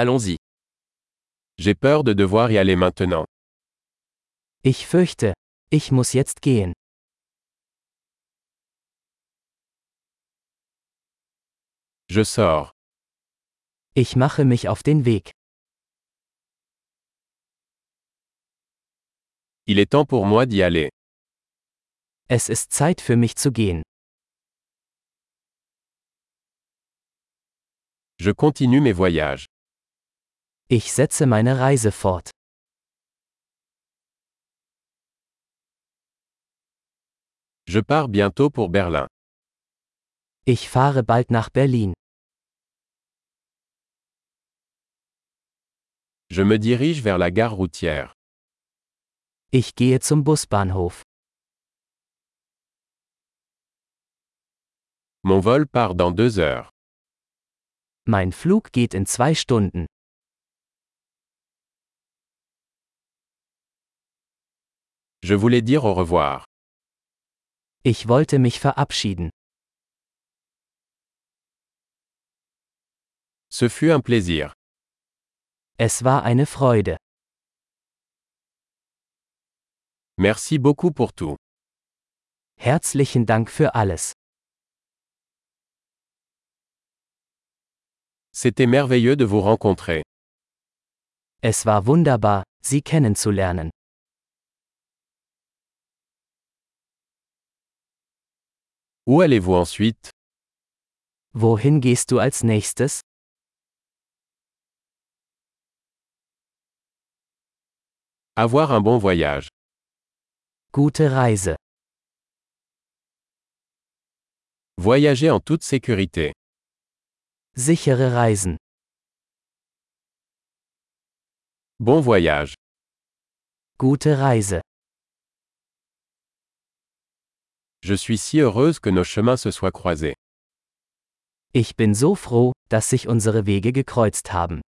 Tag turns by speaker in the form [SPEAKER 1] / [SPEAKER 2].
[SPEAKER 1] Allons-y.
[SPEAKER 2] J'ai peur de devoir y aller maintenant.
[SPEAKER 3] Ich fürchte, ich muss jetzt gehen.
[SPEAKER 2] Je sors.
[SPEAKER 3] Ich mache mich auf den Weg.
[SPEAKER 2] Il est temps pour moi d'y aller.
[SPEAKER 3] Es ist Zeit für mich zu gehen.
[SPEAKER 2] Je continue mes voyages.
[SPEAKER 3] Ich setze meine Reise fort.
[SPEAKER 2] Je pars bientôt pour Berlin.
[SPEAKER 3] Ich fahre bald nach Berlin.
[SPEAKER 2] Je me dirige vers la gare routière.
[SPEAKER 3] Ich gehe zum Busbahnhof.
[SPEAKER 2] Mon vol part dans deux heures.
[SPEAKER 3] Mein Flug geht in zwei Stunden.
[SPEAKER 2] Je voulais dire au revoir.
[SPEAKER 3] Ich wollte mich verabschieden.
[SPEAKER 2] Ce fut un plaisir.
[SPEAKER 3] Es war eine Freude.
[SPEAKER 2] Merci beaucoup pour tout.
[SPEAKER 3] Herzlichen Dank für alles.
[SPEAKER 2] C'était merveilleux de vous rencontrer.
[SPEAKER 3] Es war wunderbar, Sie kennenzulernen.
[SPEAKER 2] Où allez-vous ensuite
[SPEAKER 3] Wohin gehst du als nächstes?
[SPEAKER 2] Avoir un bon voyage.
[SPEAKER 3] Gute Reise.
[SPEAKER 2] Voyager en toute sécurité.
[SPEAKER 3] Sichere Reisen.
[SPEAKER 2] Bon voyage.
[SPEAKER 3] Gute Reise.
[SPEAKER 2] Je suis si heureuse que nos chemins se soient croisés.
[SPEAKER 3] Ich bin so froh, dass sich unsere Wege gekreuzt haben.